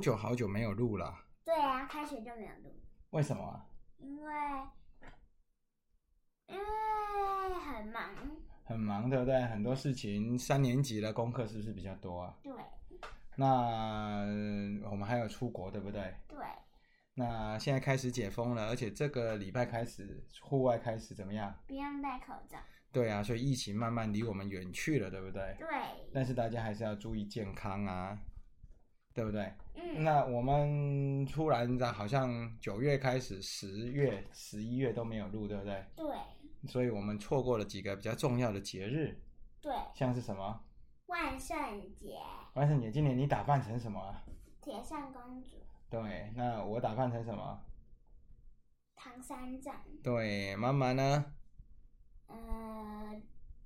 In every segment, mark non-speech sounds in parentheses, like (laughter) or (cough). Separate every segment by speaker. Speaker 1: 久好久没有录了，
Speaker 2: 对啊，开学就没有录，
Speaker 1: 为什么啊？
Speaker 2: 因为因为很忙，
Speaker 1: 很忙，对不对？很多事情，三年级的功课是不是比较多啊？
Speaker 2: 对
Speaker 1: 那呃我们还有出国，对不对？
Speaker 2: 对，
Speaker 1: 那现在开始解封了，而且这个礼拜开始户外开始怎么样？
Speaker 2: 不用戴口罩，
Speaker 1: 对啊，所以疫情慢慢离我们远去了，对不对？
Speaker 2: 对，
Speaker 1: 但是大家还是要注意健康啊，对不对？
Speaker 2: 嗯，
Speaker 1: 那我们突然的，好像九月开始，十月、十一月都没有录，对不对？
Speaker 2: 对
Speaker 1: 所以我们错过了几个比较重要的节日，
Speaker 2: 对，
Speaker 1: 像是什么？
Speaker 2: 万圣节，
Speaker 1: 万圣节，今年你打扮成什么啊？
Speaker 2: 铁扇公主，
Speaker 1: 对，那我打扮成什么？
Speaker 2: 唐三藏，
Speaker 1: 对，妈妈呢？
Speaker 2: 呃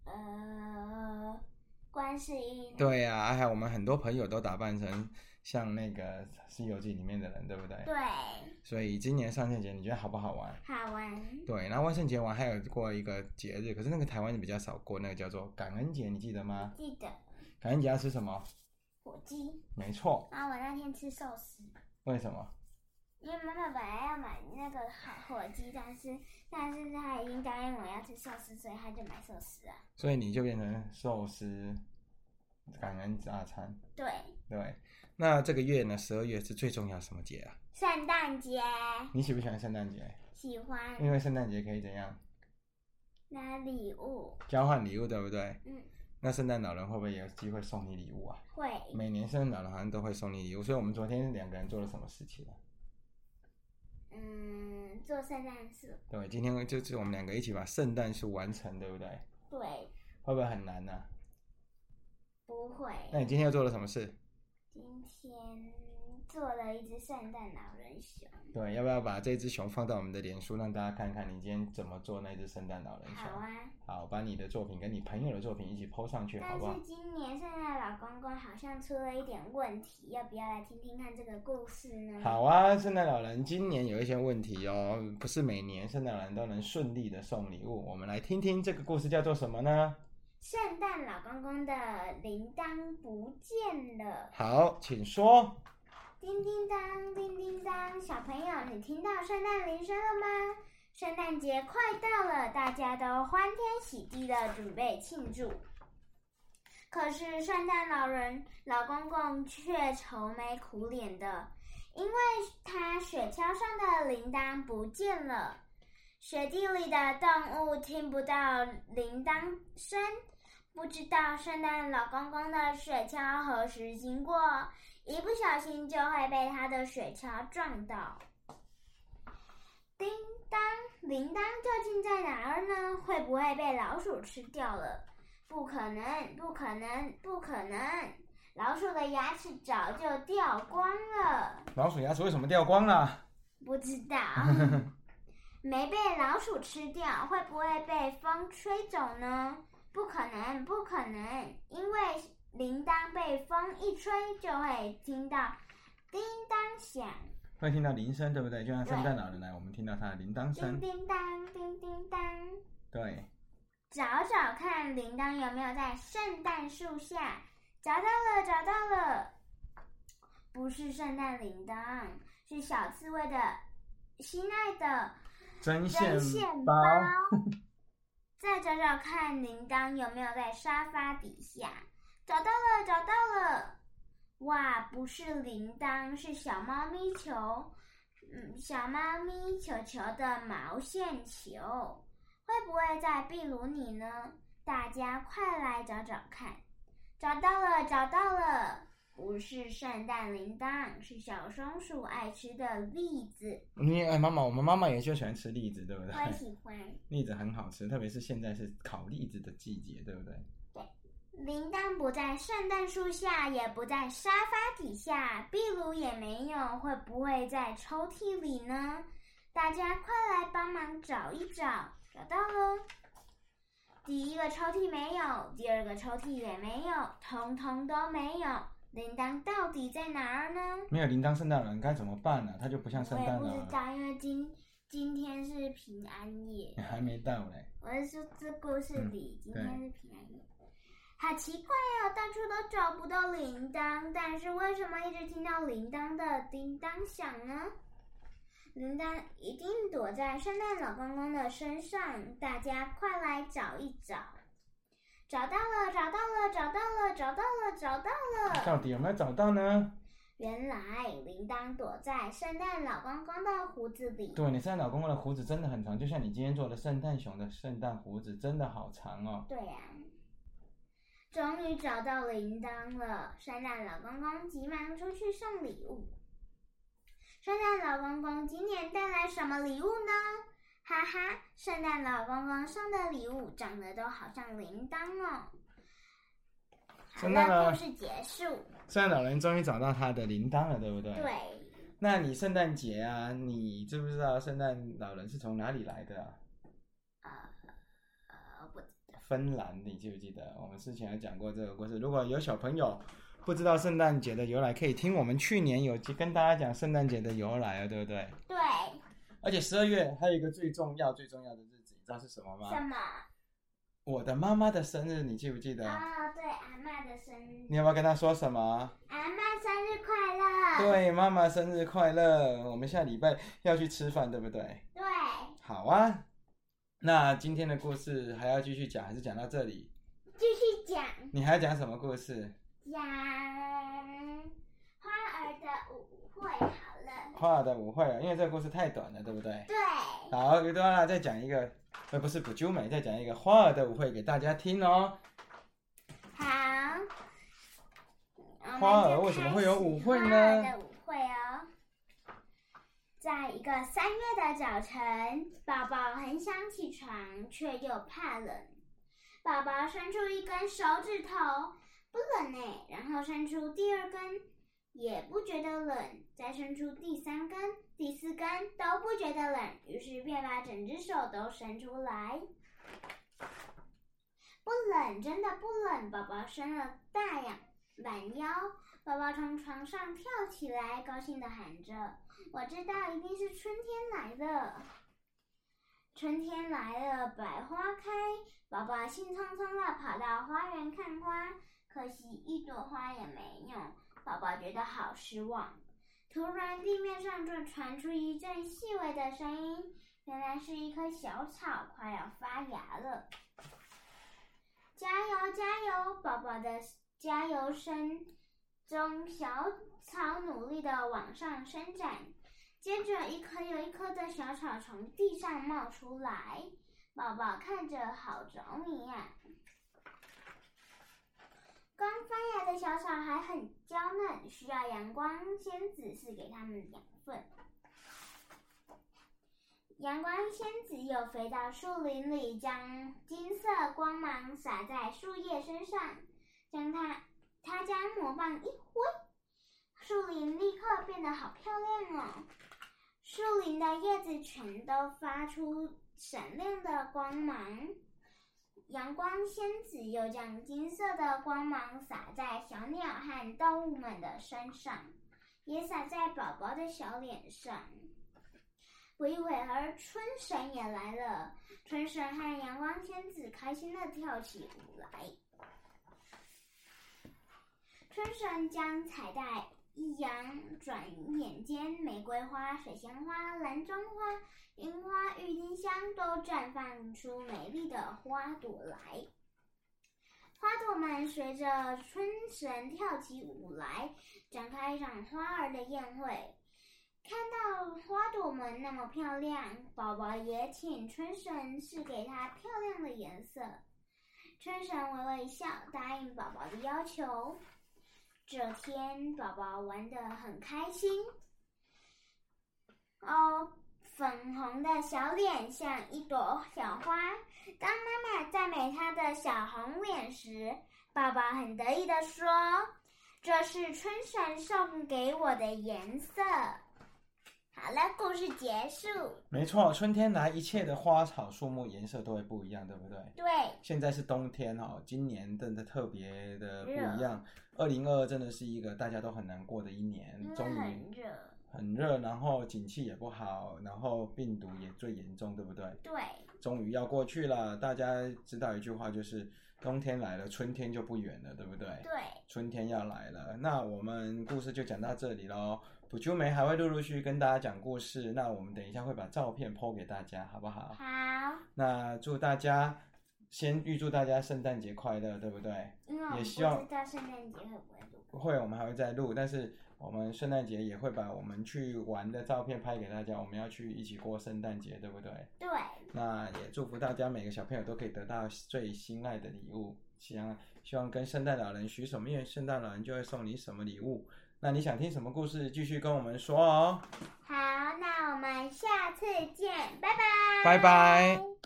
Speaker 2: 呃，观世音，
Speaker 1: 对呀、还有我们很多朋友都打扮成像那个《西游记》里面的人，对不对？
Speaker 2: 对，
Speaker 1: 所以今年万圣节你觉得好不好玩？
Speaker 2: 好玩，
Speaker 1: 对，那万圣节我还有过一个节日，可是那个台湾比较少过，那个叫做感恩节，你记得吗？
Speaker 2: 记得
Speaker 1: 感恩节要吃什么？
Speaker 2: 火鸡，
Speaker 1: 没错，
Speaker 2: 然后我那天吃寿司。
Speaker 1: 为什么？
Speaker 2: 因为妈妈本来要买那个火鸡，但是但是她已经答应我要吃寿司，所以她就买寿司了。
Speaker 1: 所以你就变成寿司感恩大餐。
Speaker 2: 对，
Speaker 1: 对，那这个月呢，十二月是最重要什么节啊？
Speaker 2: 圣诞节
Speaker 1: 你喜不喜欢圣诞节？
Speaker 2: 喜
Speaker 1: 因
Speaker 2: 欢
Speaker 1: 为圣诞节可以怎样
Speaker 2: 拿礼物，
Speaker 1: 交换礼物，对不对？
Speaker 2: 嗯，
Speaker 1: 那圣诞老人会不会有机会送你礼物啊？
Speaker 2: 会
Speaker 1: 每年圣诞老人好像都会送你礼物，所以我们昨天两个人做了什么事情啊？
Speaker 2: 嗯做圣诞树，
Speaker 1: 对，今天就是我们两个一起把圣诞树完成，对不对？
Speaker 2: 对，
Speaker 1: 会不会很难呢、啊
Speaker 2: 不
Speaker 1: 那
Speaker 2: 会。
Speaker 1: 你今天又做了什么事？
Speaker 2: 今天做了一只圣诞老人熊，
Speaker 1: 对，要不要把这只熊放到我们的脸书，让大家看看你今天怎么做那只圣诞老人熊
Speaker 2: 好？啊。
Speaker 1: 好，把你的作品跟你朋友的作品一起 PO 上去，好
Speaker 2: 但
Speaker 1: 不好
Speaker 2: 是？今年圣诞老公公好像出了一点问题，要不要来听听看这个故事呢？
Speaker 1: 好啊，圣诞老人今年有一些问题哦，不是每年圣诞老人都能顺利的送礼物。我们来听听这个故事叫做什么呢？
Speaker 2: 圣诞老公公的铃铛不见了，
Speaker 1: 好，请说。
Speaker 2: 叮叮当，叮叮当，小朋友，你听到圣诞铃声了吗？圣诞节快到了，大家都欢天喜地的准备庆祝。可是圣诞老人老公公却愁眉苦脸的，因为他雪橇上的铃铛不见了。雪地里的动物听不到铃铛声，不知道圣诞老公公的雪橇何时经过，一不小心就会被他的雪橇撞到。叮当，铃铛究竟在哪儿呢？会不会被老鼠吃掉了？不可能，不可能，不可能！老鼠的牙齿早就掉光了。
Speaker 1: 老鼠牙齿为什么掉光了？
Speaker 2: 不知道，没被老鼠吃掉，会不会被风吹走呢？不可能，不可能，因为铃铛被风一吹就会听到叮当响，
Speaker 1: 会听到铃声，对不对？就像
Speaker 2: 对
Speaker 1: 圣诞老人来，我们听到他的铃铛
Speaker 2: 叮
Speaker 1: 声。
Speaker 2: 叮当，叮叮当。
Speaker 1: 对，
Speaker 2: 找找看铃铛有没有在圣诞树下。找到了，找到了，不是圣诞铃铛，是小刺猬的心爱的
Speaker 1: 针
Speaker 2: 针
Speaker 1: 线
Speaker 2: 线
Speaker 1: (laughs) 包
Speaker 2: 包。再找找看铃铛有没有在沙发底下。找到了，找到了！哇，不是铃铛，是小猫咪球。嗯，小猫咪球球的毛线球会不会在壁炉里呢？大家快来找找看！找到了，找到了！不是圣诞铃铛，是小松鼠爱吃的栗
Speaker 1: (laughs)
Speaker 2: 子，
Speaker 1: 你哎，妈妈，我们妈妈也就喜欢吃栗子，对不对？
Speaker 2: 我喜欢。
Speaker 1: 栗子很好吃，特别是现在是烤栗子的季节，对不对？
Speaker 2: 铃铛不在圣诞树下，也不在沙发底下，壁炉也没有，会不会在抽屉里呢？大家快来帮忙找一找，找到喽！第一个抽屉没有，第二个抽屉也没有，通通都没有。铃铛到底在哪儿呢？
Speaker 1: 没有铃铛，圣诞老人该怎么办呢、他就不像圣
Speaker 2: 我也
Speaker 1: 诞
Speaker 2: 不
Speaker 1: 老
Speaker 2: 知
Speaker 1: 人，
Speaker 2: 道，因为今今天是平安夜。
Speaker 1: 还没到嘞。
Speaker 2: 我是说这故事里、今
Speaker 1: 对
Speaker 2: 天是平安夜，好奇怪哦，到处都找不到铃铛，但是为什么一直听到铃铛的叮当响呢？铃铛一定躲在圣诞老公公的身上，大家快来找一找！找到了，找到了，找到了，找到了，找到了！
Speaker 1: 到底有没有找到呢？
Speaker 2: 原来铃铛躲在圣诞老公公的胡子里。
Speaker 1: 对，你圣诞老公公的胡子真的很长，就像你今天做的圣诞熊的圣诞胡子，真的好长哦。
Speaker 2: 对呀、终于找到铃铛了！圣诞老公公急忙出去送礼物。圣诞老公公今年带来什么礼物呢？哈哈，圣诞老公公送的礼物长得都好像铃铛哦。好
Speaker 1: 圣诞老
Speaker 2: 了，故事结束。
Speaker 1: 圣诞老人终于找到他的铃铛了，对不对？
Speaker 2: 对，
Speaker 1: 那你圣诞节啊，你知不知道圣诞老人是从哪里来的啊、
Speaker 2: 呃，不，
Speaker 1: 芬兰，你记不记得？我们之前有讲过这个故事。如果有小朋友不知道圣诞节的由来，可以听我们去年有集跟大家讲圣诞节的由来啊，对不对？
Speaker 2: 对，
Speaker 1: 而且十二月还有一个最重要、最重要的日子，你知道是什么
Speaker 2: 什
Speaker 1: 吗？
Speaker 2: 么？
Speaker 1: 我的妈妈的生日，你记不记得？
Speaker 2: 哦，对，阿嬷的生日，
Speaker 1: 你要不要跟她说什么？
Speaker 2: 阿嬷生日快乐。
Speaker 1: 对，妈妈生日快乐！我们下礼拜要去吃饭，对不对？
Speaker 2: 对，
Speaker 1: 好啊。那今天的故事还要继续讲，还是讲到这里？
Speaker 2: 继续讲
Speaker 1: 你还要讲什么故事？
Speaker 2: 讲花儿的舞会好了。
Speaker 1: 花儿的舞会啊，因为这个故事太短了，对不对？
Speaker 2: 对，
Speaker 1: 好，于多拉再讲一个，呃，不是补鸠美，再讲一个花儿的舞会给大家听哦。
Speaker 2: 好。我们
Speaker 1: 花儿
Speaker 2: 就
Speaker 1: 为什么
Speaker 2: 开
Speaker 1: 会有
Speaker 2: 始
Speaker 1: 舞会
Speaker 2: 花
Speaker 1: 呢
Speaker 2: 儿的舞会哦，在一个三月的早晨，宝宝很想起床，却又怕冷。宝宝伸出一根手指头，不冷呢、然后伸出第二根，也不觉得冷，再伸出第三根、第四根都不觉得冷，于是便把整只手都伸出来。不冷，真的不冷。宝宝伸了大仰懒腰，宝宝从床上跳起来，高兴地喊着：“我知道，一定是春天来了。”春天来了，百花开。宝宝兴冲冲地跑到花园看花，可惜一朵花也没有。宝宝觉得好失望。突然，地面上就传出一阵细微的声音，原来是一棵小草快要发芽了。加油加油！宝宝的加油声中，小草努力的往上伸展。接着，一颗又一颗的小草从地上冒出来，宝宝看着好着迷呀、刚发芽的小草还很娇嫩，需要阳光先仔细给它们养分。阳光仙子又飞到树林里，将金色光芒洒在树叶身上，将它它将魔棒一挥，树林立刻变得好漂亮哦！树林的叶子全都发出闪亮的光芒。阳光仙子又将金色的光芒洒在小鸟和动物们的身上，也洒在宝宝的小脸上。不一会儿，春神也来了。春神和阳光仙子开心的跳起舞来。春神将彩带一扬，转眼间玫瑰花、水仙花、兰中花、樱花、郁金香都绽放出美丽的花朵来。花朵们随着春神跳起舞来，展开一场花儿的宴会。看到花朵们那么漂亮，宝宝也请春神赐给它漂亮的颜色。春神微微一笑，答应宝宝的要求。这天，宝宝玩得很开心。哦，粉红的小脸像一朵小花。当妈妈赞美他的小红脸时，宝宝很得意地说：“这是春神送给我的颜色。”好了，故事结束。
Speaker 1: 没错，春天来，一切的花草树木颜色都会不一样，对不对？
Speaker 2: 对，
Speaker 1: 现在是冬天哦，今年真的特别的不一样。二零二二真的是一个大家都很难过的一年，
Speaker 2: 因为
Speaker 1: 终于
Speaker 2: 很热。
Speaker 1: 很热，然后景气也不好，然后病毒也最严重，对不对？
Speaker 2: 对，
Speaker 1: 终于要过去了，大家知道一句话就是冬天来了，春天就不远了，对不对？
Speaker 2: 对，
Speaker 1: 春天要来了，那我们故事就讲到这里喽。普秋梅还会陆陆续续跟大家讲故事，那我们等一下会把照片 PO 给大家，好不好？
Speaker 2: 好，
Speaker 1: 那祝大家先预祝大家圣诞节快乐，对不对？
Speaker 2: 因为我
Speaker 1: 也
Speaker 2: 们不
Speaker 1: 希望
Speaker 2: 知道圣诞节会不会录。
Speaker 1: 会，我们还会再录，但是我们圣诞节也会把我们去玩的照片拍给大家，我们要去一起过圣诞节，对不对？
Speaker 2: 对，
Speaker 1: 那也祝福大家每个小朋友都可以得到最心爱的礼物，希望希望跟圣诞老人许什么愿，圣诞老人就会送你什么礼物。那你想听什么故事，继续跟我们说哦，
Speaker 2: 好，那我们下次见，拜拜，
Speaker 1: 拜拜。